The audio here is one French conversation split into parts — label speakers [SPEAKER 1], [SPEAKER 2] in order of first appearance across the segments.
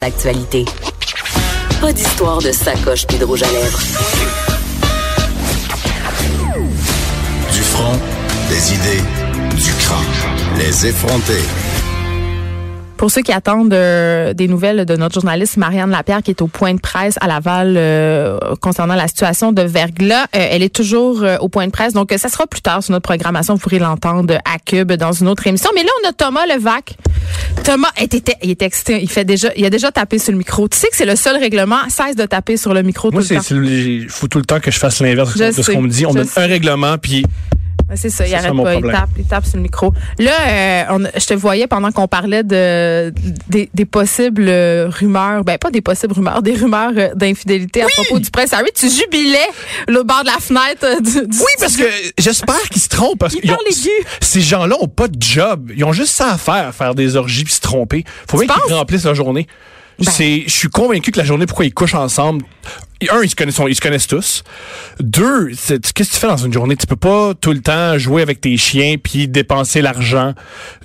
[SPEAKER 1] L'actualité. Pas d'histoire de sacoche puis de rouge à lèvres.
[SPEAKER 2] Du front, des idées, du crâne. Les effronter.
[SPEAKER 3] Pour ceux qui attendent euh, des nouvelles de notre journaliste Marianne Lapierre, qui est au point de presse à Laval euh, concernant la situation de verglas, euh, elle est toujours euh, au point de presse. Donc, euh, ça sera plus tard sur notre programmation. Vous pourrez l'entendre à Cube dans une autre émission. Mais là, on a Thomas Levac. Thomas, il était, il était excité. Il, fait déjà, il a déjà tapé sur le micro. Tu sais que c'est le seul règlement. Cesse de taper sur le micro
[SPEAKER 4] Moi,
[SPEAKER 3] tout le
[SPEAKER 4] c'est,
[SPEAKER 3] temps.
[SPEAKER 4] c'est le- j'ai- il faut tout le temps que je fasse l'inverse
[SPEAKER 3] Je
[SPEAKER 4] de ce
[SPEAKER 3] sais,
[SPEAKER 4] qu'on me dit. On
[SPEAKER 3] je
[SPEAKER 4] me donne
[SPEAKER 3] sais.
[SPEAKER 4] un règlement, puis
[SPEAKER 3] Ouais, C'est ça, il
[SPEAKER 4] C'est ça
[SPEAKER 3] arrête
[SPEAKER 4] mon
[SPEAKER 3] pas, il
[SPEAKER 4] problème.
[SPEAKER 3] tape, il tape sur le micro. Là, euh, on- je te voyais pendant qu'on parlait de des, des possibles euh, rumeurs, ben pas des possibles rumeurs, des rumeurs euh, d'infidélité à propos du prince Harry. Tu jubilais le bord de la fenêtre euh, du, du
[SPEAKER 4] Oui, parce que j'espère qu'ils se trompent. Parce
[SPEAKER 3] Il
[SPEAKER 4] qu'ils ont-
[SPEAKER 3] parle aigu.
[SPEAKER 4] Ces gens-là ont pas de job. Ils ont juste ça à faire, faire des orgies puis se tromper. Faut bien
[SPEAKER 3] penses? Ben.
[SPEAKER 4] qu'ils remplissent la journée. C'est, je suis convaincu que la journée, pourquoi ils couchent ensemble, un, ils se connaissent, ils se connaissent tous. Deux, c'est- tu- qu'est-ce que tu fais dans une journée? Tu peux pas tout le temps jouer avec tes chiens puis dépenser l'argent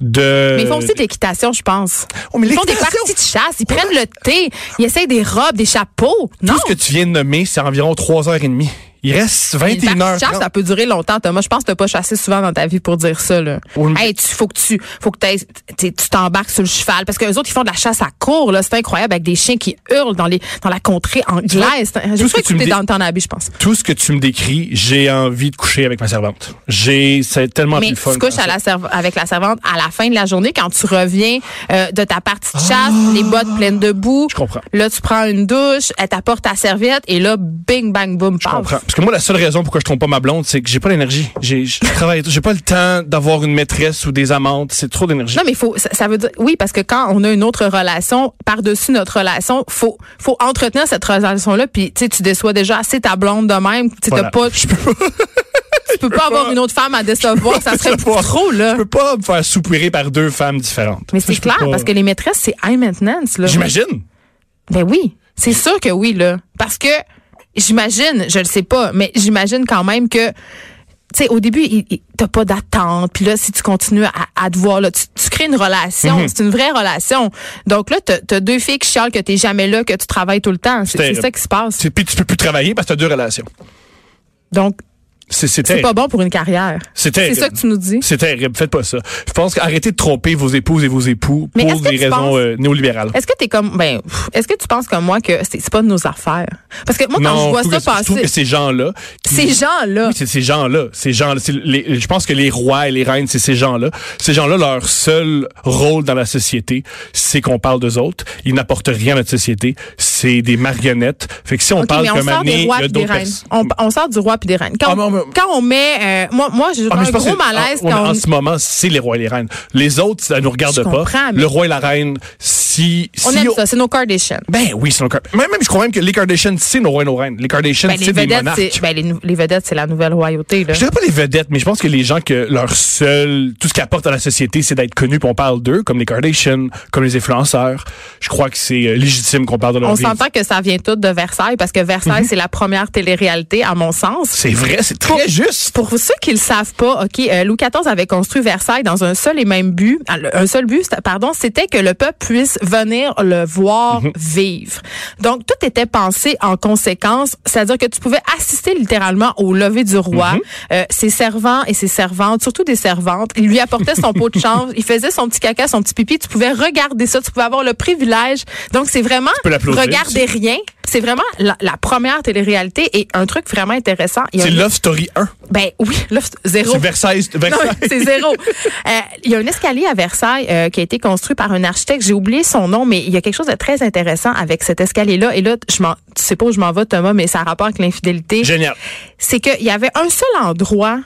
[SPEAKER 4] de...
[SPEAKER 3] Mais ils font aussi de l'équitation, je pense.
[SPEAKER 4] euh, Oh, mais
[SPEAKER 3] ils font des
[SPEAKER 4] l'équitation-
[SPEAKER 3] parties de chasse, ils prennent le thé, ils essayent des robes, des chapeaux. Non,
[SPEAKER 4] Tout ce que tu viens de nommer, c'est environ 3h30. Il reste
[SPEAKER 3] Une partie
[SPEAKER 4] 21
[SPEAKER 3] de
[SPEAKER 4] h
[SPEAKER 3] chasse, ça peut durer longtemps, Thomas. Je pense que t'as pas chassé souvent dans ta vie pour dire ça, là.
[SPEAKER 4] Oui, mais-
[SPEAKER 3] Hey, tu, faut que tu, faut que t'aies- t'sais, tu t'embarques sur le cheval. Parce que les autres, ils font de la chasse à court, là. C'est incroyable avec des chiens qui hurlent dans les, dans la contrée anglaise. J'ai
[SPEAKER 4] tout ce
[SPEAKER 3] pas
[SPEAKER 4] que tu me
[SPEAKER 3] écouté
[SPEAKER 4] dis-
[SPEAKER 3] dans ton habit, je pense.
[SPEAKER 4] tout ce que tu me décris, j'ai envie de coucher avec ma servante. J'ai, c'est tellement
[SPEAKER 3] Mais
[SPEAKER 4] plus
[SPEAKER 3] tu
[SPEAKER 4] le fun. hein,
[SPEAKER 3] couches à la serv- avec la servante à la fin de la journée quand tu reviens euh, de ta partie de chasse, les bottes pleines de boue.
[SPEAKER 4] Ah! Je comprends.
[SPEAKER 3] Là, tu prends une douche, elle t'apporte ta serviette et là, bing, bang, boom,
[SPEAKER 4] Je
[SPEAKER 3] paf.
[SPEAKER 4] comprends. Parce que moi, la seule raison pourquoi je trompe pas ma blonde, c'est que j'ai pas l'énergie. J'ai, je travaille, j'ai pas le temps d'avoir une maîtresse ou des amantes. C'est trop d'énergie.
[SPEAKER 3] Non, mais faut, ça, ça veut dire, oui, parce que quand on a une autre relation, par-dessus notre relation, faut, faut entretenir cette relation-là, puis tu sais, tu déçois déjà assez ta blonde de même, tu sais, t'as
[SPEAKER 4] Voilà.
[SPEAKER 3] pas,
[SPEAKER 4] Je peux pas,
[SPEAKER 3] tu peux pas avoir une autre femme à décevoir, ça serait beaucoup
[SPEAKER 4] décevoir.
[SPEAKER 3] trop, là.
[SPEAKER 4] je peux pas me faire soupirer par deux femmes différentes.
[SPEAKER 3] Mais c'est
[SPEAKER 4] Je peux
[SPEAKER 3] clair,
[SPEAKER 4] pas.
[SPEAKER 3] parce que euh, les maîtresses, c'est high maintenance, là.
[SPEAKER 4] J'imagine.
[SPEAKER 3] Ben oui, c'est sûr que oui, là. Parce que j'imagine, je le sais pas, mais j'imagine quand même que, tu sais, au début, il- il- t'as pas d'attente. Puis là, si tu continues à, à te voir, là, tu, tu crées une relation.
[SPEAKER 4] Mhm.
[SPEAKER 3] C'est une vraie relation. Donc là, t'as t'as deux filles qui chialent que t'es jamais là, que tu travailles tout le temps. C'est c'est
[SPEAKER 4] terrible.
[SPEAKER 3] ça qui se passe.
[SPEAKER 4] C'est- Puis tu peux plus travailler parce que t'as deux relations.
[SPEAKER 3] Donc,
[SPEAKER 4] C'est, c'est
[SPEAKER 3] c'est
[SPEAKER 4] terrible.
[SPEAKER 3] pas bon pour une carrière.
[SPEAKER 4] C'est
[SPEAKER 3] C'est
[SPEAKER 4] terrible.
[SPEAKER 3] ça que tu nous dis.
[SPEAKER 4] C'est terrible. Faites pas ça. Je pense qu'arrêtez de tromper vos épouses et vos époux
[SPEAKER 3] Mais
[SPEAKER 4] pour
[SPEAKER 3] est-ce que
[SPEAKER 4] des
[SPEAKER 3] tu penses-
[SPEAKER 4] raisons euh, néolibérales.
[SPEAKER 3] Est-ce que t'es comme ben pff, est-ce que tu penses comme moi que c'est c'est pas de nos affaires parce que moi quand
[SPEAKER 4] non,
[SPEAKER 3] je vois
[SPEAKER 4] trouve
[SPEAKER 3] ça
[SPEAKER 4] que- Je trouve que
[SPEAKER 3] passer
[SPEAKER 4] ces gens-là. qui-
[SPEAKER 3] ces gens là
[SPEAKER 4] Oui, c'est ces gens-là. Ces gens je pense que les rois et les reines, c'est ces gens-là. Ces gens-là, leur seul rôle dans la société, c'est qu'on parle d'eux autres. Ils n'apportent rien à notre société. C'est des marionnettes. Fait que si on
[SPEAKER 3] OK,
[SPEAKER 4] parle
[SPEAKER 3] mais on
[SPEAKER 4] comme
[SPEAKER 3] sort des
[SPEAKER 4] année,
[SPEAKER 3] rois
[SPEAKER 4] il y a
[SPEAKER 3] puis des
[SPEAKER 4] d'autres
[SPEAKER 3] reines.
[SPEAKER 4] personnes.
[SPEAKER 3] On, on sort du roi puis des reines. Quand,
[SPEAKER 4] Ah, mais on- mais-
[SPEAKER 3] quand on met, euh, moi, moi, j'ai
[SPEAKER 4] Ah, mais
[SPEAKER 3] un
[SPEAKER 4] je pense
[SPEAKER 3] gros
[SPEAKER 4] que-
[SPEAKER 3] malaise
[SPEAKER 4] on- on-
[SPEAKER 3] quand
[SPEAKER 4] En
[SPEAKER 3] on,
[SPEAKER 4] ce moment, c'est les rois et les reines. Les autres, ça nous regarde
[SPEAKER 3] Je
[SPEAKER 4] pas.
[SPEAKER 3] comprends, mais-
[SPEAKER 4] Le roi et la reine, si...
[SPEAKER 3] on
[SPEAKER 4] si
[SPEAKER 3] aime ça, c'est nos Kardashians.
[SPEAKER 4] Ben oui, c'est nos Kar- Même, même, je crois même que les Kardashians, c'est nos rois et nos reines. Les Kardashians,
[SPEAKER 3] Ben, les
[SPEAKER 4] c'est des
[SPEAKER 3] vedettes,
[SPEAKER 4] monarques.
[SPEAKER 3] c'est, ben, les, nou- les vedettes, c'est la nouvelle royauté là.
[SPEAKER 4] Je dirais pas les vedettes, mais je pense que les gens que leur seul, tout ce qu'ils apportent à la société, c'est d'être connus, puis on parle d'eux, comme les Kardashians, comme les influenceurs. Je crois que c'est euh, légitime qu'on parle de leur
[SPEAKER 3] On
[SPEAKER 4] vie.
[SPEAKER 3] s'entend que ça vient tout de Versailles parce que Versailles, c'est la première télé-réalité à mon sens.
[SPEAKER 4] Mhm. C'est vrai, c'est très juste.
[SPEAKER 3] Pour ceux qui le savent pas, ok, euh, Louis XIV avait construit Versailles dans un seul et même but, ah, le- un seul but, c'est- pardon, c'était que le peuple puisse venir le voir
[SPEAKER 4] Mhm.
[SPEAKER 3] vivre. Donc tout était pensé en conséquence, c'est-à-dire que tu pouvais assister littéralement au lever du
[SPEAKER 4] Mhm.
[SPEAKER 3] roi. Euh, ses servants et ses servantes, surtout des servantes, ils lui apportaient son pot de chanvre, il faisait son petit caca, son petit pipi. Tu pouvais regarder ça, tu pouvais avoir le privilège. Donc c'est vraiment
[SPEAKER 4] peux l'applaudir.
[SPEAKER 3] regarder rien. C'est vraiment la, la première télé-réalité et un truc vraiment intéressant. Il y a
[SPEAKER 4] C'est
[SPEAKER 3] une-
[SPEAKER 4] Love Story 1.
[SPEAKER 3] ben oui, là, c'est zéro.
[SPEAKER 4] C'est Versailles.
[SPEAKER 3] Non,
[SPEAKER 4] Versailles.
[SPEAKER 3] c'est zéro. Euh, Il y a un escalier à Versailles euh, qui a été construit par un architecte. J'ai oublié son nom, mais il y a quelque chose de très intéressant avec cet escalier-là. Et là, je m'en, tu sais pas où je m'en vais, Thomas, mais ça a rapport avec l'infidélité.
[SPEAKER 4] Génial.
[SPEAKER 3] C'est qu'il y avait un seul endroit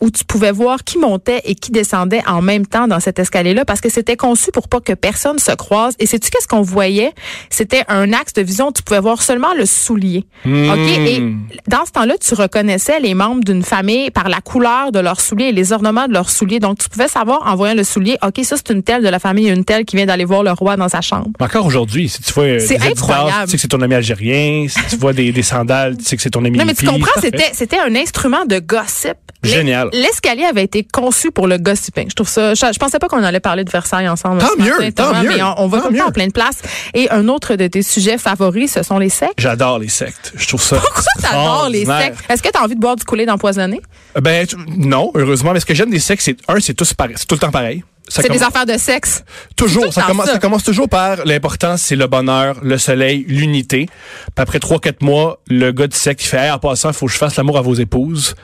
[SPEAKER 3] où tu pouvais voir qui montait et qui descendait en même temps dans cet escalier-là parce que c'était conçu pour pas que personne se croise. Et sais-tu qu'est-ce qu'on voyait? C'était un axe de vision où tu pouvais voir seulement le soulier. OK? Et dans ce temps-là, tu reconnaissais les membres d'une famille par la couleur de leurs souliers et les ornements de leurs souliers. Donc, tu pouvais savoir en voyant le soulier, OK, ça, c'est une telle de la famille, une telle qui vient d'aller voir le roi dans sa chambre.
[SPEAKER 4] Encore aujourd'hui, si tu vois euh,
[SPEAKER 3] C'est
[SPEAKER 4] des Adidas,
[SPEAKER 3] incroyable.
[SPEAKER 4] tu sais que c'est ton ami algérien. Si tu vois des, des sandales, tu sais que c'est ton ami
[SPEAKER 3] Non, mais tu
[SPEAKER 4] hippie.
[SPEAKER 3] comprends,
[SPEAKER 4] Parfait.
[SPEAKER 3] c'était, c'était un instrument de gossip.
[SPEAKER 4] Génial.
[SPEAKER 3] L'es- L'escalier avait été conçu pour le gossiping. Je trouve ça. Je, je pensais pas qu'on allait parler de Versailles ensemble.
[SPEAKER 4] Tant
[SPEAKER 3] ce matin,
[SPEAKER 4] mieux,
[SPEAKER 3] Thomas,
[SPEAKER 4] tant mieux,
[SPEAKER 3] Mais on, on va
[SPEAKER 4] tant
[SPEAKER 3] comme ça en
[SPEAKER 4] mieux.
[SPEAKER 3] plein de place. Et un autre de tes sujets favoris, ce sont les secs.
[SPEAKER 4] J'adore les sectes. Je trouve ça.
[SPEAKER 3] Pourquoi t'adores les
[SPEAKER 4] extraordinaire.
[SPEAKER 3] secs? Est-ce que t'as envie de boire du coulé d'empoisonné?
[SPEAKER 4] Ben tu- non, heureusement. Mais ce que j'aime des sectes, c'est un, c'est tous pareil, c'est tout le temps pareil. Ça
[SPEAKER 3] C'est
[SPEAKER 4] commence- Euh.
[SPEAKER 3] des affaires de sexe. tout le
[SPEAKER 4] Toujours, ça
[SPEAKER 3] temps
[SPEAKER 4] commence,
[SPEAKER 3] ça.
[SPEAKER 4] ça commence toujours par l'important, c'est le bonheur, le soleil, l'unité. Puis après trois, quatre mois, le gars du secte, il fait, hey, en passant, faut que je fasse l'amour à vos épouses.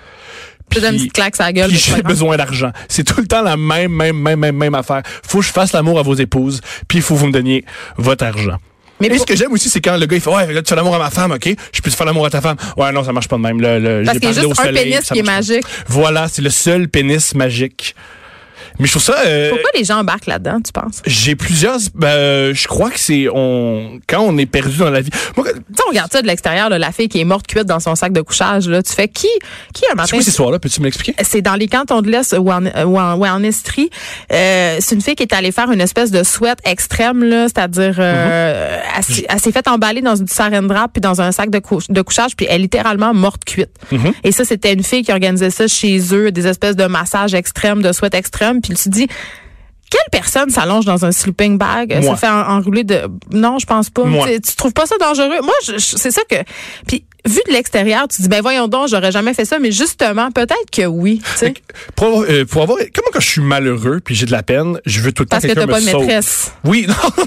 [SPEAKER 3] Je te donne une petite claque sur la gueule.
[SPEAKER 4] Puis
[SPEAKER 3] mais c'est pas
[SPEAKER 4] j'ai
[SPEAKER 3] grave.
[SPEAKER 4] besoin d'argent. C'est tout le temps la même, même, même, même, même affaire. Faut que je fasse l'amour à vos épouses, puis il faut que vous me donniez votre argent.
[SPEAKER 3] Mais
[SPEAKER 4] Et
[SPEAKER 3] pour-
[SPEAKER 4] ce que j'aime aussi, c'est quand le gars, il fait, ouais, là, tu fais l'amour à ma femme, OK? Je peux te faire l'amour à ta femme. Ouais, non, ça marche pas de même. Là, là,
[SPEAKER 3] Parce
[SPEAKER 4] j'ai
[SPEAKER 3] qu'il y a
[SPEAKER 4] parlé
[SPEAKER 3] juste
[SPEAKER 4] au
[SPEAKER 3] un
[SPEAKER 4] soleil,
[SPEAKER 3] pénis
[SPEAKER 4] ça
[SPEAKER 3] qui est
[SPEAKER 4] marche pas.
[SPEAKER 3] magique.
[SPEAKER 4] Voilà, c'est le seul pénis magique. Mais je trouve ça... euh,
[SPEAKER 3] Pourquoi les gens embarquent là-dedans, tu penses?
[SPEAKER 4] j'ai plusieurs. ben, je crois que c'est on quand on est perdu dans la vie. Moi, quand-
[SPEAKER 3] Tu sais, on regarde ça de l'extérieur, là, la fille qui est morte cuite dans son sac de couchage, là. Tu fais qui, qui un
[SPEAKER 4] c'est
[SPEAKER 3] matin
[SPEAKER 4] quoi ces soirs-là Peux-tu me l'expliquer
[SPEAKER 3] c'est dans les cantons de l'Est ou en, ou en, ou en Estrie. Euh, c'est une fille qui est allée faire une espèce de sweat extrême, là, c'est-à-dire
[SPEAKER 4] Mm-hmm.
[SPEAKER 3] euh, elle s'est- elle s'est faite emballer dans une saran wrap puis dans un sac de, couche- de couchage puis elle est littéralement morte cuite.
[SPEAKER 4] Mm-hmm.
[SPEAKER 3] Et ça, c'était une fille qui organisait ça chez eux, des espèces de massages extrêmes, de sweat extrême. Puis tu te dis... Quelle personne s'allonge dans un sleeping bag, euh, se
[SPEAKER 4] Moi.
[SPEAKER 3] fait en- enrouler de non, je pense pas.
[SPEAKER 4] Moi.
[SPEAKER 3] Tu, tu trouves pas ça dangereux Moi, je- je- c'est ça que puis vu de l'extérieur, tu dis ben voyons donc, j'aurais jamais fait ça, mais justement, peut-être que oui. tu sais.
[SPEAKER 4] pour, avoir- euh, pour avoir comment quand je suis malheureux puis j'ai de la peine, je veux tout le temps
[SPEAKER 3] Parce que
[SPEAKER 4] quelqu'un
[SPEAKER 3] t'as
[SPEAKER 4] me
[SPEAKER 3] pas de
[SPEAKER 4] sauve.
[SPEAKER 3] maîtresse.
[SPEAKER 4] Oui, non.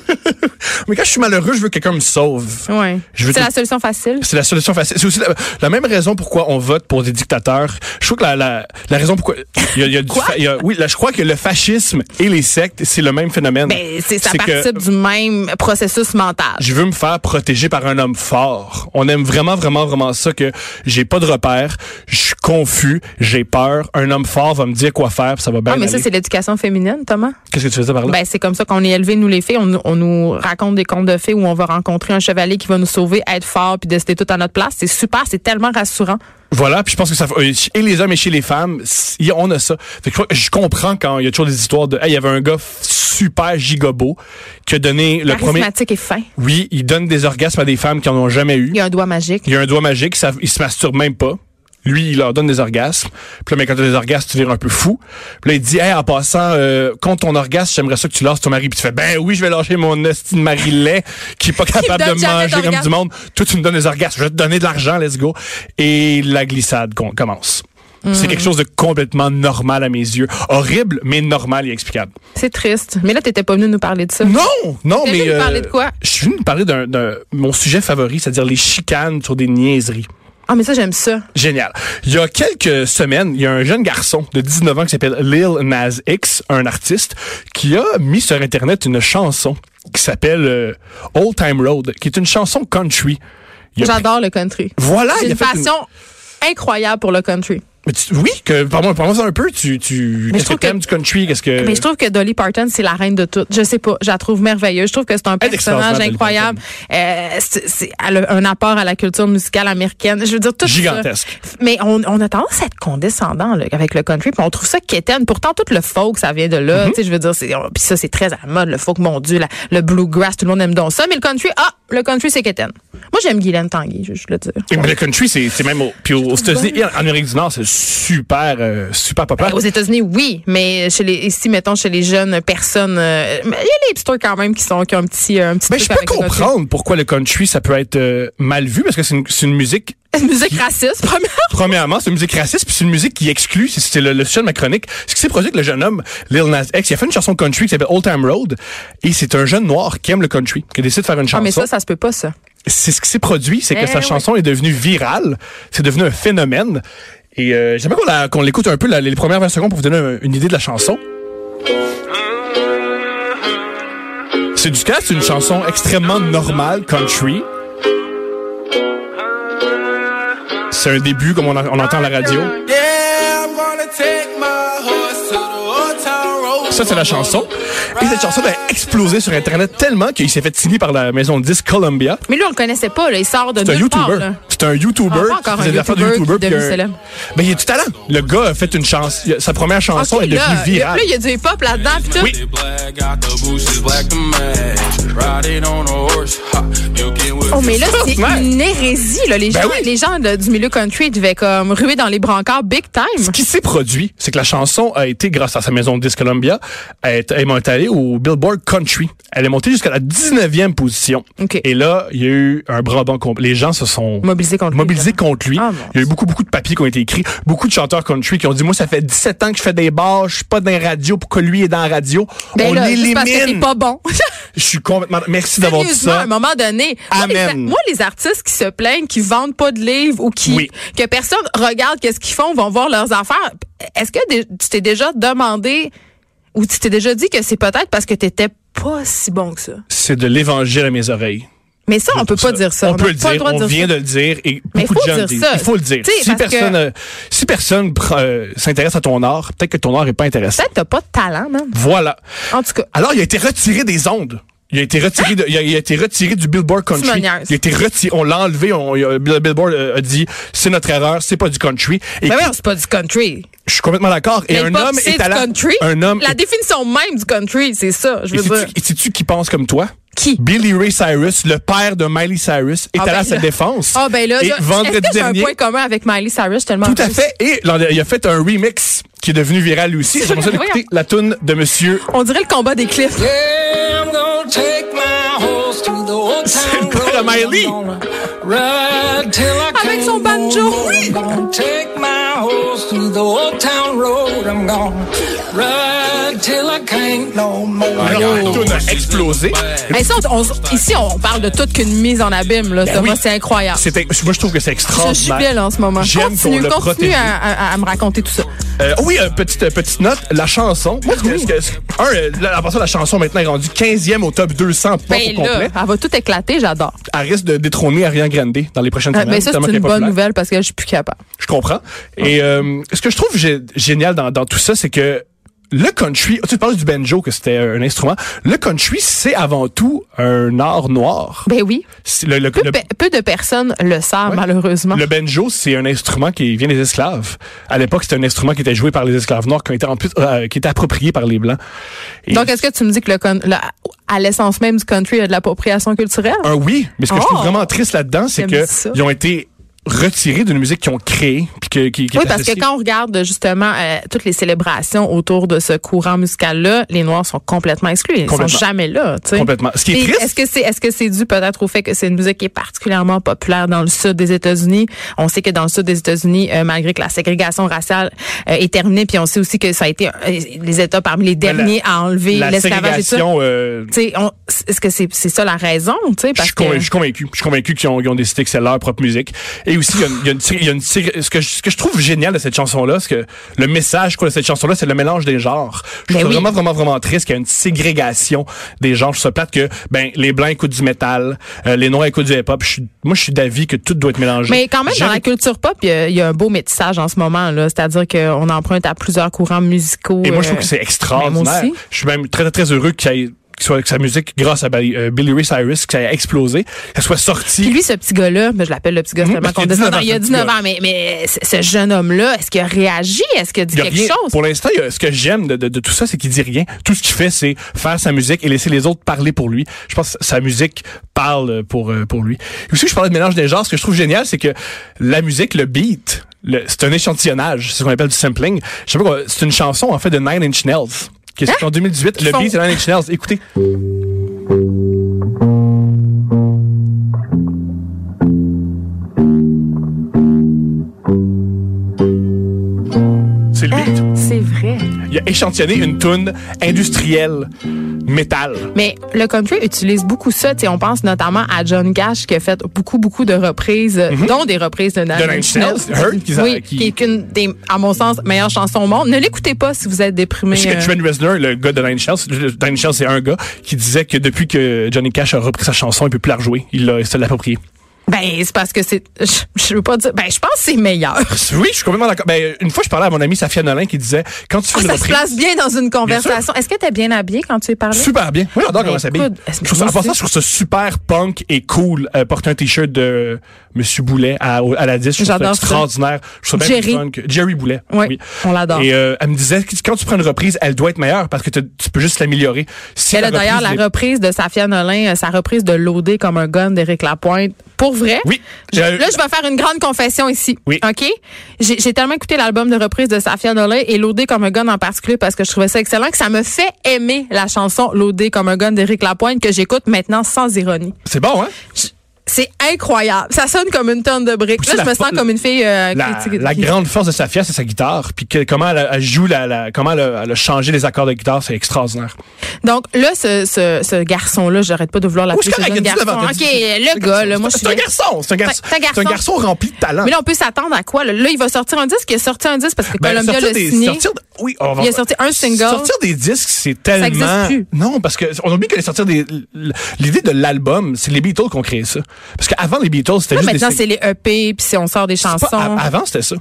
[SPEAKER 4] Mais quand je suis malheureux, je veux que quelqu'un me sauve.
[SPEAKER 3] Ouais.
[SPEAKER 4] Je veux
[SPEAKER 3] C'est
[SPEAKER 4] tout-
[SPEAKER 3] la solution facile.
[SPEAKER 4] C'est la solution facile. C'est aussi la, la même raison pourquoi on vote pour des dictateurs. Je trouve que la, la, la raison pourquoi il y a, il y a du
[SPEAKER 3] Quoi?
[SPEAKER 4] fa- il y a- oui, là, je crois que le fascisme et les sectes, c'est le même phénomène.
[SPEAKER 3] Ben, c'est ça
[SPEAKER 4] C'est que-
[SPEAKER 3] participe du même processus mental.
[SPEAKER 4] je veux me faire protéger par un homme fort. On aime vraiment, vraiment, vraiment ça que j'ai pas de repère, je suis confus, j'ai peur. Un homme fort va me dire quoi faire, puis ça va bien.
[SPEAKER 3] Ah, mais ça,
[SPEAKER 4] aller.
[SPEAKER 3] c'est l'éducation féminine, Thomas.
[SPEAKER 4] Qu'est-ce que tu faisais par là?
[SPEAKER 3] Ben, c'est comme ça qu'on est élevés, nous, les filles. On, nous- on nous raconte des contes de fées où on va rencontrer un chevalier qui va nous sauver, être fort, puis décider tout à notre place. C'est super, c'est tellement rassurant.
[SPEAKER 4] Voilà, puis je pense que ça fait- euh, et les hommes et chez les femmes, si- on a ça. Fait que je crois que je comprends quand il y a toujours des histoires de, hey, il y avait un gars f- super gigobo qui a donné le premier.
[SPEAKER 3] Charismatique et fin.
[SPEAKER 4] Oui, il donne des orgasmes à des femmes qui en ont jamais eu.
[SPEAKER 3] Il y a un doigt magique.
[SPEAKER 4] Il y a un doigt magique, ça, il se masturbe même pas. Lui, il leur donne des orgasmes. Puis là, mais quand t'as des orgasmes, tu vires un peu fou. Puis là, il dit, hey, en passant, euh, compte ton orgasme, j'aimerais ça que tu lâches ton mari. Puis tu fais, ben oui, je vais lâcher mon esti de mari lait qui est pas capable
[SPEAKER 3] donne
[SPEAKER 4] de
[SPEAKER 3] jamais
[SPEAKER 4] manger comme
[SPEAKER 3] d'orgasme.
[SPEAKER 4] du monde. Toi, tu me donnes des orgasmes. Je vais te donner de l'argent, let's go. Et la glissade com- commence.
[SPEAKER 3] Hmm.
[SPEAKER 4] C'est quelque chose de complètement normal à mes yeux. Horrible, mais normal et explicable.
[SPEAKER 3] C'est triste. Mais là, t'étais pas venu nous parler de ça.
[SPEAKER 4] Non, non,
[SPEAKER 3] T'es
[SPEAKER 4] mais.
[SPEAKER 3] venu nous
[SPEAKER 4] euh,
[SPEAKER 3] parler de quoi?
[SPEAKER 4] Je suis venu parler d'un, d'un- mon sujet favori, c'est-à-dire les chicanes sur des niaiseries.
[SPEAKER 3] Ah, mais ça, j'aime ça.
[SPEAKER 4] Génial. Il y a quelques semaines, il y a un jeune garçon de 19 ans qui s'appelle Lil Nas X, un artiste, qui a mis sur Internet une chanson qui s'appelle euh, Old Time Road, qui est une chanson country. Il a pris-
[SPEAKER 3] J'adore le country.
[SPEAKER 4] Voilà,
[SPEAKER 3] J'ai
[SPEAKER 4] il a
[SPEAKER 3] une
[SPEAKER 4] fait une-
[SPEAKER 3] passion incroyable pour le country.
[SPEAKER 4] Mais tu- Oui, que parle-moi parle-moi ça un peu. Tu, tu
[SPEAKER 3] Mais je
[SPEAKER 4] qu'est-ce que
[SPEAKER 3] trouve
[SPEAKER 4] t'aimes
[SPEAKER 3] que-
[SPEAKER 4] du country Qu'est-ce que
[SPEAKER 3] Mais je trouve que Dolly Parton, c'est la reine de tout. Je sais pas, je la trouve merveilleuse. Je trouve que c'est un
[SPEAKER 4] Elle est
[SPEAKER 3] personnage
[SPEAKER 4] extraordinaire,
[SPEAKER 3] incroyable. Euh, c'est- c'est- elle a un apport à la culture musicale américaine. Je veux dire, tout ça.
[SPEAKER 4] Gigantesque.
[SPEAKER 3] Mais on, on a tendance à être condescendant là, avec le country, puis on trouve ça quétaine. Pourtant, tout le folk, ça vient de là.
[SPEAKER 4] Mm-hmm.
[SPEAKER 3] Tu sais, Je veux dire, c'est- on- puis ça, c'est très à la mode, le folk, mon Dieu, la- le bluegrass, tout le monde aime donc ça. Mais le country, ah, le country, c'est quétaine. Moi, j'aime Guylaine Tanguy, je, je le dire.
[SPEAKER 4] Mais le country, c'est c'est même au, puis aux États-Unis et en en Amérique du Nord, c'est super, euh, super populaire.
[SPEAKER 3] Aux États-Unis, oui, mais chez les, ici, mettons, chez les jeunes personnes, euh, mais il y a les hipsters quand même qui sont qui ont un petit, un petit.
[SPEAKER 4] Ben, je
[SPEAKER 3] truc
[SPEAKER 4] peux
[SPEAKER 3] avec le country.
[SPEAKER 4] comprendre pourquoi le country, ça peut être euh, mal vu, parce que c'est une, c'est une musique
[SPEAKER 3] Une musique raciste, première.
[SPEAKER 4] Premièrement, c'est une musique raciste, puis c'est une musique qui exclut. C'est- C'était le, le sujet de ma chronique. Ce qui s'est produit avec le jeune homme, Lil Nas X, il a fait une chanson country qui s'appelle Old Time Road, et c'est un jeune noir qui aime le country, qui décide de faire une
[SPEAKER 3] Ah,
[SPEAKER 4] chanson.
[SPEAKER 3] mais ça, ça se peut pas, ça.
[SPEAKER 4] C'est ce qui s'est produit, c'est que
[SPEAKER 3] Eh
[SPEAKER 4] sa
[SPEAKER 3] oui.
[SPEAKER 4] chanson est devenue virale, c'est devenu un phénomène. Et euh, j'aimerais qu'on la- qu'on l'écoute un peu, la- les premières 20 secondes, pour vous donner un- une idée de la chanson. C'est du cas, c'est une chanson extrêmement normale, country. C'est un début comme on, en- on entend à la radio.
[SPEAKER 5] Yeah, I'm gonna
[SPEAKER 4] Ça, c'est la chanson. Et cette chanson a explosé sur Internet tellement qu'il s'est fait signer par la maison de disques Columbia.
[SPEAKER 3] Mais lui, on le connaissait pas, là. Il sort de
[SPEAKER 4] C'est un
[SPEAKER 3] nulle part,
[SPEAKER 4] YouTuber.
[SPEAKER 3] là.
[SPEAKER 4] C'est un YouTuber.
[SPEAKER 3] Ah, pas encore
[SPEAKER 4] qui
[SPEAKER 3] un
[SPEAKER 4] faisait de l'affaire de
[SPEAKER 3] YouTuber qui
[SPEAKER 4] YouTuber.
[SPEAKER 3] est devenu
[SPEAKER 4] puis un-
[SPEAKER 3] célèbre.
[SPEAKER 4] Ben, il a du talent. Le gars a fait une chanson. Sa première chanson
[SPEAKER 3] Ok,
[SPEAKER 4] est devenue
[SPEAKER 3] là, il y a-
[SPEAKER 4] virale.
[SPEAKER 3] là, il y a du hip-hop là-dedans, pis tout.
[SPEAKER 4] Oui.
[SPEAKER 3] Oh, mais là, c'est
[SPEAKER 4] Ouais.
[SPEAKER 3] une hérésie, là. Les
[SPEAKER 4] Ben
[SPEAKER 3] gens,
[SPEAKER 4] oui.
[SPEAKER 3] les gens de- du milieu country devaient comme ruer dans les brancards big time.
[SPEAKER 4] Ce qui s'est produit, c'est que la chanson a été, grâce à sa maison de disques Columbia, elle est, elle est montée au Billboard Country. Elle est montée jusqu'à la 19e position.
[SPEAKER 3] Ok.
[SPEAKER 4] Et là, il y a eu un bras banc. complet. Les gens se sont
[SPEAKER 3] Mobilisé contre lui,
[SPEAKER 4] mobilisés
[SPEAKER 3] évidemment.
[SPEAKER 4] contre lui.
[SPEAKER 3] Ah, mon
[SPEAKER 4] il y a eu beaucoup, beaucoup de papiers qui ont été écrits. Beaucoup de chanteurs country qui ont dit, moi, ça fait 17 ans que je fais des bars, je suis pas dans les radios, pourquoi lui est dans la radio?
[SPEAKER 3] Ben
[SPEAKER 4] On
[SPEAKER 3] là, juste parce que t'es
[SPEAKER 4] l'élimine.
[SPEAKER 3] pas bon.
[SPEAKER 4] Je suis complètement... Merci d'avoir dit
[SPEAKER 3] Sérieusement, à
[SPEAKER 4] ça.
[SPEAKER 3] un moment donné. Moi, les-
[SPEAKER 4] Amen.
[SPEAKER 3] Moi, les artistes qui se plaignent, qui vendent pas de livres ou qui
[SPEAKER 4] Oui.
[SPEAKER 3] que personne regarde qu'est-ce qu'ils font, vont voir leurs affaires. Est-ce que dé- tu t'es déjà demandé ou tu t'es déjà dit que c'est peut-être parce que t'étais pas si bon que ça?
[SPEAKER 4] C'est de l'évangile à mes oreilles.
[SPEAKER 3] Mais ça, on peut pas dire ça.
[SPEAKER 4] On, peut
[SPEAKER 3] n'a
[SPEAKER 4] le
[SPEAKER 3] pas
[SPEAKER 4] dire.
[SPEAKER 3] droit de
[SPEAKER 4] on
[SPEAKER 3] dire
[SPEAKER 4] vient
[SPEAKER 3] ça.
[SPEAKER 4] de le dire et
[SPEAKER 3] Mais
[SPEAKER 4] beaucoup
[SPEAKER 3] faut
[SPEAKER 4] de gens
[SPEAKER 3] dire
[SPEAKER 4] le disent.
[SPEAKER 3] ça.
[SPEAKER 4] Il faut le dire.
[SPEAKER 3] Tu sais,
[SPEAKER 4] Si
[SPEAKER 3] parce
[SPEAKER 4] personne,
[SPEAKER 3] que-
[SPEAKER 4] euh, si personne pr- euh, s'intéresse à ton art, peut-être que ton art est pas intéressant.
[SPEAKER 3] Peut-être que t'as pas de talent, man.
[SPEAKER 4] Voilà.
[SPEAKER 3] En tout cas.
[SPEAKER 4] Alors, il a été retiré des ondes. Il a été retiré, de- il, a, il a été retiré du Billboard
[SPEAKER 3] me
[SPEAKER 4] Country. Il a
[SPEAKER 3] niaises.
[SPEAKER 4] été retiré. On l'a enlevé. On, il a- le Billboard euh, a dit c'est notre erreur, c'est pas du country. Et
[SPEAKER 3] Mais voyons, c'est pas du country.
[SPEAKER 4] je suis complètement d'accord. Et
[SPEAKER 3] Mais
[SPEAKER 4] un
[SPEAKER 3] le pop,
[SPEAKER 4] homme
[SPEAKER 3] c'est
[SPEAKER 4] est
[SPEAKER 3] du
[SPEAKER 4] à la,
[SPEAKER 3] country.
[SPEAKER 4] un homme.
[SPEAKER 3] La
[SPEAKER 4] est-
[SPEAKER 3] définition même du country, c'est ça. Je
[SPEAKER 4] et
[SPEAKER 3] veux dire.
[SPEAKER 4] sais-tu- et sais-tu qui pense comme toi?
[SPEAKER 3] Qui?
[SPEAKER 4] Billy Ray Cyrus, le père de Miley Cyrus, est
[SPEAKER 3] Ah,
[SPEAKER 4] allé
[SPEAKER 3] ben
[SPEAKER 4] à sa
[SPEAKER 3] là.
[SPEAKER 4] défense.
[SPEAKER 3] Ah ben là,
[SPEAKER 4] et
[SPEAKER 3] là, est-ce
[SPEAKER 4] vendredi
[SPEAKER 3] que j'ai un
[SPEAKER 4] dernier,
[SPEAKER 3] point commun avec Miley Cyrus tellement
[SPEAKER 4] Tout à
[SPEAKER 3] juste?
[SPEAKER 4] fait. Et l'an- il a fait un remix qui est devenu viral lui aussi. J'aimerais ça d'écouter
[SPEAKER 3] Voyons.
[SPEAKER 4] la toune de Monsieur.
[SPEAKER 3] On dirait le combat des clips.
[SPEAKER 5] Yeah, I'm gonna take my horse to the old
[SPEAKER 4] C'est le
[SPEAKER 5] town
[SPEAKER 4] père de
[SPEAKER 5] road.
[SPEAKER 4] Miley.
[SPEAKER 5] I'm gonna Ride till I
[SPEAKER 3] Avec
[SPEAKER 5] can't
[SPEAKER 3] son
[SPEAKER 5] no
[SPEAKER 3] banjo,
[SPEAKER 5] more.
[SPEAKER 3] oui.
[SPEAKER 5] I'm gonna take my horse to the old town road. I'm gonna ride till I can't no more.
[SPEAKER 4] Alors, la toune a explosé.
[SPEAKER 3] Hey, ça, on- on- ici, on parle de toute qu'une mise en abîme, là. Thomas,
[SPEAKER 4] Ben oui.
[SPEAKER 3] c'est incroyable.
[SPEAKER 4] C'était, moi, je trouve que c'est
[SPEAKER 3] Je suis
[SPEAKER 4] extraordinaire.
[SPEAKER 3] bien là en ce moment.
[SPEAKER 4] J'aime qu'on
[SPEAKER 3] Continue, hein.
[SPEAKER 4] le protège.
[SPEAKER 3] continue à, à- à me raconter tout ça.
[SPEAKER 4] Euh, oui, euh, petite, euh, petite note, la chanson. Moi, je trouve que, un, euh, la, en passant, la chanson maintenant est rendue 15e au top 200 pop
[SPEAKER 3] Ben
[SPEAKER 4] au
[SPEAKER 3] là,
[SPEAKER 4] complet.
[SPEAKER 3] elle va tout éclater, j'adore. Euh,
[SPEAKER 4] Elle risque de détrôner Ariana Grande dans les prochaines
[SPEAKER 3] Ah, Mais
[SPEAKER 4] semaines.
[SPEAKER 3] ça,
[SPEAKER 4] tellement
[SPEAKER 3] c'est
[SPEAKER 4] qu'elle est
[SPEAKER 3] une bonne
[SPEAKER 4] populaire.
[SPEAKER 3] nouvelle parce que je suis plus capable.
[SPEAKER 4] Je comprends. Et euh, ce que je trouve gé- génial dans, dans tout ça, c'est que le country, oh, tu parles du banjo, que c'était un instrument. Le country, c'est avant tout un art noir.
[SPEAKER 3] Ben oui.
[SPEAKER 4] C'est Le, le-
[SPEAKER 3] Peu,
[SPEAKER 4] le-
[SPEAKER 3] pe- peu de personnes le savent,
[SPEAKER 4] Ouais.
[SPEAKER 3] malheureusement.
[SPEAKER 4] le banjo, c'est un instrument qui vient des esclaves. À l'époque, c'était un instrument qui était joué par les esclaves noirs, qui était, en plus, euh, qui était approprié par les blancs. Et
[SPEAKER 3] Donc, est-ce que tu me dis que le, con- le- à l'essence même du country, il y a de l'appropriation culturelle?
[SPEAKER 4] un oui, mais ce que je
[SPEAKER 3] Oh!
[SPEAKER 4] trouve vraiment triste là-dedans, c'est
[SPEAKER 3] J'aime
[SPEAKER 4] que
[SPEAKER 3] ça.
[SPEAKER 4] ils ont été retirés d'une musique qu'ils ont créée, puis que- qui, qui est
[SPEAKER 3] Oui, parce que
[SPEAKER 4] associée-
[SPEAKER 3] quand on regarde justement euh, toutes les célébrations autour de ce courant musical-là, les Noirs sont complètement exclus. Ils
[SPEAKER 4] Complètement.
[SPEAKER 3] sont jamais là. tu sais.
[SPEAKER 4] Complètement. Ce qui est
[SPEAKER 3] Puis,
[SPEAKER 4] triste-
[SPEAKER 3] Est-ce que c'est est-ce que c'est dû peut-être au fait que c'est une musique qui est particulièrement populaire dans le sud des États-Unis On sait que dans le sud des États-Unis, euh, malgré que la ségrégation raciale euh, est terminée, puis on sait aussi que ça a été euh, les États parmi les
[SPEAKER 4] la-
[SPEAKER 3] derniers à enlever
[SPEAKER 4] la
[SPEAKER 3] l'esclavage et tout ça.
[SPEAKER 4] ségrégation, euh,
[SPEAKER 3] Tu sais, on- Est-ce que c'est c'est ça la raison tu sais,
[SPEAKER 4] Je
[SPEAKER 3] parce
[SPEAKER 4] suis, convaincu,
[SPEAKER 3] que-
[SPEAKER 4] je suis convaincu. Je suis convaincu qu'ils ont, qu'ils ont décidé que c'est leur propre musique. Et aussi, il y a une- il y a une, tir- il y a une tir- ce, que je, ce que je trouve génial de cette chanson-là, c'est que le message quoi, de cette chanson-là, c'est le mélange des genres. Je
[SPEAKER 3] Ben
[SPEAKER 4] trouve
[SPEAKER 3] oui.
[SPEAKER 4] vraiment, vraiment, vraiment triste qu'il y ait une ségrégation des genres. Je trouve ça plate que ben, les blancs écoutent du métal, euh, les noirs écoutent du hip-hop. Je suis- Moi, je suis d'avis que tout doit être mélangé.
[SPEAKER 3] Mais quand même, dans
[SPEAKER 4] J'aime-
[SPEAKER 3] la culture pop, il y a- il y, a un beau métissage en ce moment. là. C'est-à-dire qu'on emprunte à plusieurs courants musicaux.
[SPEAKER 4] Et moi, je
[SPEAKER 3] euh,
[SPEAKER 4] trouve que c'est
[SPEAKER 3] mais moi
[SPEAKER 4] extraordinaire.
[SPEAKER 3] aussi.
[SPEAKER 4] Je suis même très, très, très heureux qu'il y ait- qu'il soit, que sa musique, grâce à Billy- euh, Billy Ray Cyrus, que ça ait explosé, qu'elle soit sortie.
[SPEAKER 3] Puis lui, ce petit gars-là, ben, je l'appelle le petit gars, c'est tellement
[SPEAKER 4] Mhm, parce qu'il
[SPEAKER 3] qu'on
[SPEAKER 4] a 19
[SPEAKER 3] descend.
[SPEAKER 4] ans,
[SPEAKER 3] Il a
[SPEAKER 4] ce petit
[SPEAKER 3] 19
[SPEAKER 4] gars.
[SPEAKER 3] ans, mais, mais c- ce jeune homme-là, est-ce qu'il a réagi? Est-ce qu'il a dit
[SPEAKER 4] Il y a
[SPEAKER 3] quelque
[SPEAKER 4] rien.
[SPEAKER 3] chose?
[SPEAKER 4] Pour l'instant, il y a- ce que j'aime de, de- de tout ça, c'est qu'il dit rien. Tout ce qu'il fait, c'est faire sa musique et laisser les autres parler pour lui. Je pense que sa musique parle pour, euh, pour lui. Et aussi, je parlais de mélange des genres. Ce que je trouve génial, c'est que la musique, le beat, le- c'est un échantillonnage. C'est ce qu'on appelle du sampling. Je sais pas quoi. C'est une chanson, en fait, de Nine Inch Nails. Qui est sortie en 2018. Le
[SPEAKER 3] Hein? font-
[SPEAKER 4] beat, c'est Nine Inch Nails. Écoutez. C'est le beat.
[SPEAKER 3] C'est vrai.
[SPEAKER 4] Il a échantillonné une toune industrielle métal.
[SPEAKER 3] Mais le country utilise beaucoup ça. Tu sais, on pense notamment à John Cash qui a fait beaucoup, beaucoup de reprises, euh, dont des reprises de
[SPEAKER 4] Mhm. De
[SPEAKER 3] Nine Inch Nails.
[SPEAKER 4] Hurt, qui-
[SPEAKER 3] Oui,
[SPEAKER 4] qui-
[SPEAKER 3] qui est une des, à mon sens, meilleures chansons au monde. Ne l'écoutez pas si vous êtes déprimé.
[SPEAKER 4] Je sais que
[SPEAKER 3] euh,
[SPEAKER 4] Trent Reznor, le gars de Nine Inch Nails, le- Nine Inch Nails, c'est un gars qui disait que depuis que Johnny Cash a repris sa chanson, il peut plus la rejouer. Il l'a, il se l'est approprié.
[SPEAKER 3] Ben, c'est parce que c'est. Je, je veux pas dire. Ben, je pense que c'est meilleur.
[SPEAKER 4] Oui, je suis complètement d'accord. Ben, une fois, je parlais à mon amie Safia Nolin qui disait quand tu fais une
[SPEAKER 3] Ah, ça se place
[SPEAKER 4] reprise.
[SPEAKER 3] bien dans une conversation. Est-ce que t'es bien habillé quand tu es parlé?
[SPEAKER 4] Super bien. Oui, j'adore
[SPEAKER 3] Ben,
[SPEAKER 4] comment ça s'habille.
[SPEAKER 3] écoute, est-ce
[SPEAKER 4] Je trouve ça-
[SPEAKER 3] que
[SPEAKER 4] En passant,
[SPEAKER 3] moi
[SPEAKER 4] je trouve ça super punk et cool. euh, porter un t-shirt de Monsieur Boulet à, au- à la 10. Je trouve ça
[SPEAKER 3] J'adore ça.
[SPEAKER 4] extraordinaire. Je trouve ça bien
[SPEAKER 3] Jerry.
[SPEAKER 4] plus punk. Jerry Boulet.
[SPEAKER 3] Oui, on l'adore.
[SPEAKER 4] Et euh, elle me disait que quand tu prends une reprise, elle doit être meilleure parce que te- tu peux juste l'améliorer. Si
[SPEAKER 3] Elle a d'ailleurs
[SPEAKER 4] reprise
[SPEAKER 3] la
[SPEAKER 4] n'est-
[SPEAKER 3] reprise de Safia Nolin, euh, sa reprise de Laudé comme un gun d'Éric Lapointe. Pour vrai?
[SPEAKER 4] Oui.
[SPEAKER 3] Je-
[SPEAKER 4] Euh,
[SPEAKER 3] là, je vais faire une grande confession ici.
[SPEAKER 4] Oui.
[SPEAKER 3] OK? J'ai j'ai tellement écouté l'album de reprise de Safia Nolin et Laudé comme un gun en particulier parce que je trouvais ça excellent que ça me fait aimer la chanson Laudé comme un gun d'Éric Lapointe que j'écoute maintenant sans ironie.
[SPEAKER 4] C'est bon, hein?
[SPEAKER 3] C'est incroyable. Ça sonne comme une tonne de briques.
[SPEAKER 4] Aussi,
[SPEAKER 3] Là,
[SPEAKER 4] la
[SPEAKER 3] je me sens
[SPEAKER 4] fo-
[SPEAKER 3] comme une fille euh,
[SPEAKER 4] La,
[SPEAKER 3] qui- qui-
[SPEAKER 4] la
[SPEAKER 3] qui-
[SPEAKER 4] grande force de Safia, c'est sa guitare. Puis que- comment elle, a- elle joue, la, la- comment elle a, elle a changé les accords de guitare, c'est extraordinaire.
[SPEAKER 3] Donc là, ce, ce, ce garçon-là, j'arrête pas de vouloir l'appeler
[SPEAKER 4] Oui, c'est
[SPEAKER 3] ce
[SPEAKER 4] correct,
[SPEAKER 3] jeune
[SPEAKER 4] il y a
[SPEAKER 3] garçon.
[SPEAKER 4] 19 ans,
[SPEAKER 3] OK,
[SPEAKER 4] t'as dit-
[SPEAKER 3] le gars, là, moi, je suis
[SPEAKER 4] C'est un garçon. C'est un garçon.
[SPEAKER 3] C'est un garçon.
[SPEAKER 4] C'est un garçon rempli de talent.
[SPEAKER 3] Mais là, on peut s'attendre à quoi? Là, Là, il va sortir un disque. Il a sorti un disque parce que
[SPEAKER 4] Ben,
[SPEAKER 3] Columbia l'a
[SPEAKER 4] des-
[SPEAKER 3] signé.
[SPEAKER 4] sortir de- oui, on va-
[SPEAKER 3] Il a sorti un single.
[SPEAKER 4] Sortir des disques, c'est tellement.
[SPEAKER 3] Ça existe plus.
[SPEAKER 4] Non, parce que on oublie que les sortir des. L'idée de l'album, c'est les Beatles qui ont créé ça. Parce qu'avant les Beatles, c'était
[SPEAKER 3] Là,
[SPEAKER 4] juste
[SPEAKER 3] maintenant,
[SPEAKER 4] des.
[SPEAKER 3] c'est les EP, puis c'est- on sort des chansons.
[SPEAKER 4] C'est pas- a- avant, c'était ça.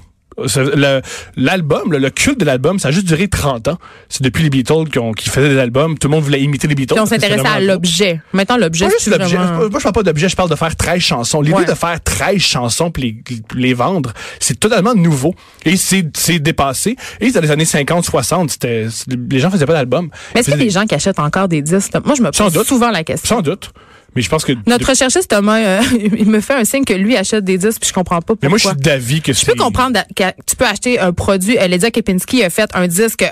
[SPEAKER 4] Ça- le- L'album, le, le culte de l'album, ça a juste duré 30 ans. C'est depuis les Beatles qu'on- qui faisaient des albums. Tout le monde voulait imiter les Beatles.
[SPEAKER 3] Puis on
[SPEAKER 4] parce que
[SPEAKER 3] s'intéressait
[SPEAKER 4] c'était
[SPEAKER 3] à
[SPEAKER 4] vraiment-
[SPEAKER 3] l'objet. Maintenant, l'objet,
[SPEAKER 4] Pas
[SPEAKER 3] c'est
[SPEAKER 4] juste l'objet.
[SPEAKER 3] vraiment-
[SPEAKER 4] Moi, je parle pas d'objet, je parle de faire 13 chansons. L'idée
[SPEAKER 3] Ouais.
[SPEAKER 4] de faire 13 chansons puis les, puis les vendre, c'est totalement nouveau. Et c'est c'est dépassé. Et dans les années 50, 60, c'était- les gens faisaient pas d'album.
[SPEAKER 3] Mais est-ce qu'il y a
[SPEAKER 4] Ils faisaient
[SPEAKER 3] des gens qui achètent encore des disques? Moi, je me
[SPEAKER 4] Sans
[SPEAKER 3] pose
[SPEAKER 4] doute.
[SPEAKER 3] souvent la question.
[SPEAKER 4] Sans doute. Mais je pense que.
[SPEAKER 3] Notre recherchiste, Thomas, euh, il me fait un signe que lui achète des disques, puis je comprends pas pourquoi.
[SPEAKER 4] mais moi, je suis d'avis que
[SPEAKER 3] Je peux comprendre d'a- que tu peux acheter un produit. Euh, Lydia Kepinski a fait un disque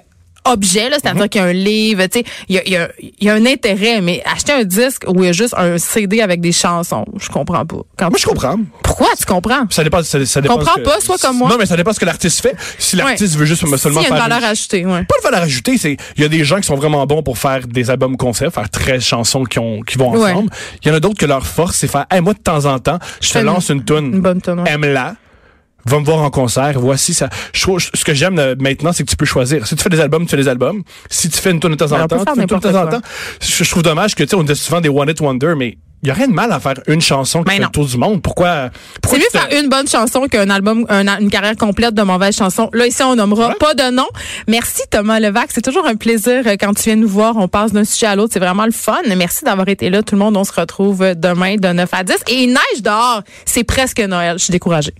[SPEAKER 3] objet, là, c'est-à-dire
[SPEAKER 4] Mhm.
[SPEAKER 3] qu'il y a un livre, tu sais, il y a, il y a- il y a un intérêt, mais acheter un disque où il y a juste un CD avec des chansons, je comprends pas. Quand-
[SPEAKER 4] Moi, je comprends.
[SPEAKER 3] Pourquoi tu comprends?
[SPEAKER 4] Ça dépend. Ça, ça dépend
[SPEAKER 3] Comprends
[SPEAKER 4] ce que-
[SPEAKER 3] pas, sois comme moi.
[SPEAKER 4] Non, mais ça dépend ce que l'artiste fait. Si l'artiste
[SPEAKER 3] Ouais.
[SPEAKER 4] veut juste
[SPEAKER 3] S'il
[SPEAKER 4] seulement
[SPEAKER 3] y a une
[SPEAKER 4] faire.
[SPEAKER 3] valeur ajoutée, ouais.
[SPEAKER 4] pas de valeur ajoutée, c'est il y a des gens qui sont vraiment bons pour faire des albums concept, faire 13 chansons qui ont qui vont
[SPEAKER 3] Ouais.
[SPEAKER 4] ensemble. Il y en a d'autres que leur force c'est faire hey, moi de temps en temps, je te
[SPEAKER 3] fais une-
[SPEAKER 4] lance une tune.
[SPEAKER 3] une bonne tune, ouais.
[SPEAKER 4] Aime-la. Va me voir en concert, voici ça. Je trouve- ce que j'aime euh, maintenant, c'est que tu peux choisir. Si tu fais des albums, tu fais des albums. Si tu fais une tune de temps
[SPEAKER 3] Mais
[SPEAKER 4] en
[SPEAKER 3] Ben, on peut
[SPEAKER 4] temps, tu
[SPEAKER 3] faire
[SPEAKER 4] fais une tune de temps en
[SPEAKER 3] n'importe
[SPEAKER 4] temps. Je, je trouve dommage que tu sais on dit souvent des one hit wonder mais il y a rien de mal à faire une chanson qui
[SPEAKER 3] Mais
[SPEAKER 4] fait
[SPEAKER 3] Ben non.
[SPEAKER 4] le tour du monde. Pourquoi
[SPEAKER 3] C'est
[SPEAKER 4] pourquoi
[SPEAKER 3] mieux
[SPEAKER 4] tu te-
[SPEAKER 3] faire une bonne chanson qu'un album, un a- une carrière complète de mauvaises chansons. Là, ici, on nommera pas de nom. Merci, Thomas Levac. C'est toujours un plaisir euh, quand tu viens nous voir. On passe d'un sujet à l'autre. C'est vraiment le fun. Merci d'avoir été là, tout le monde. On se retrouve demain de 9 à 10. Et il neige dehors. C'est presque Noël. Je suis découragée.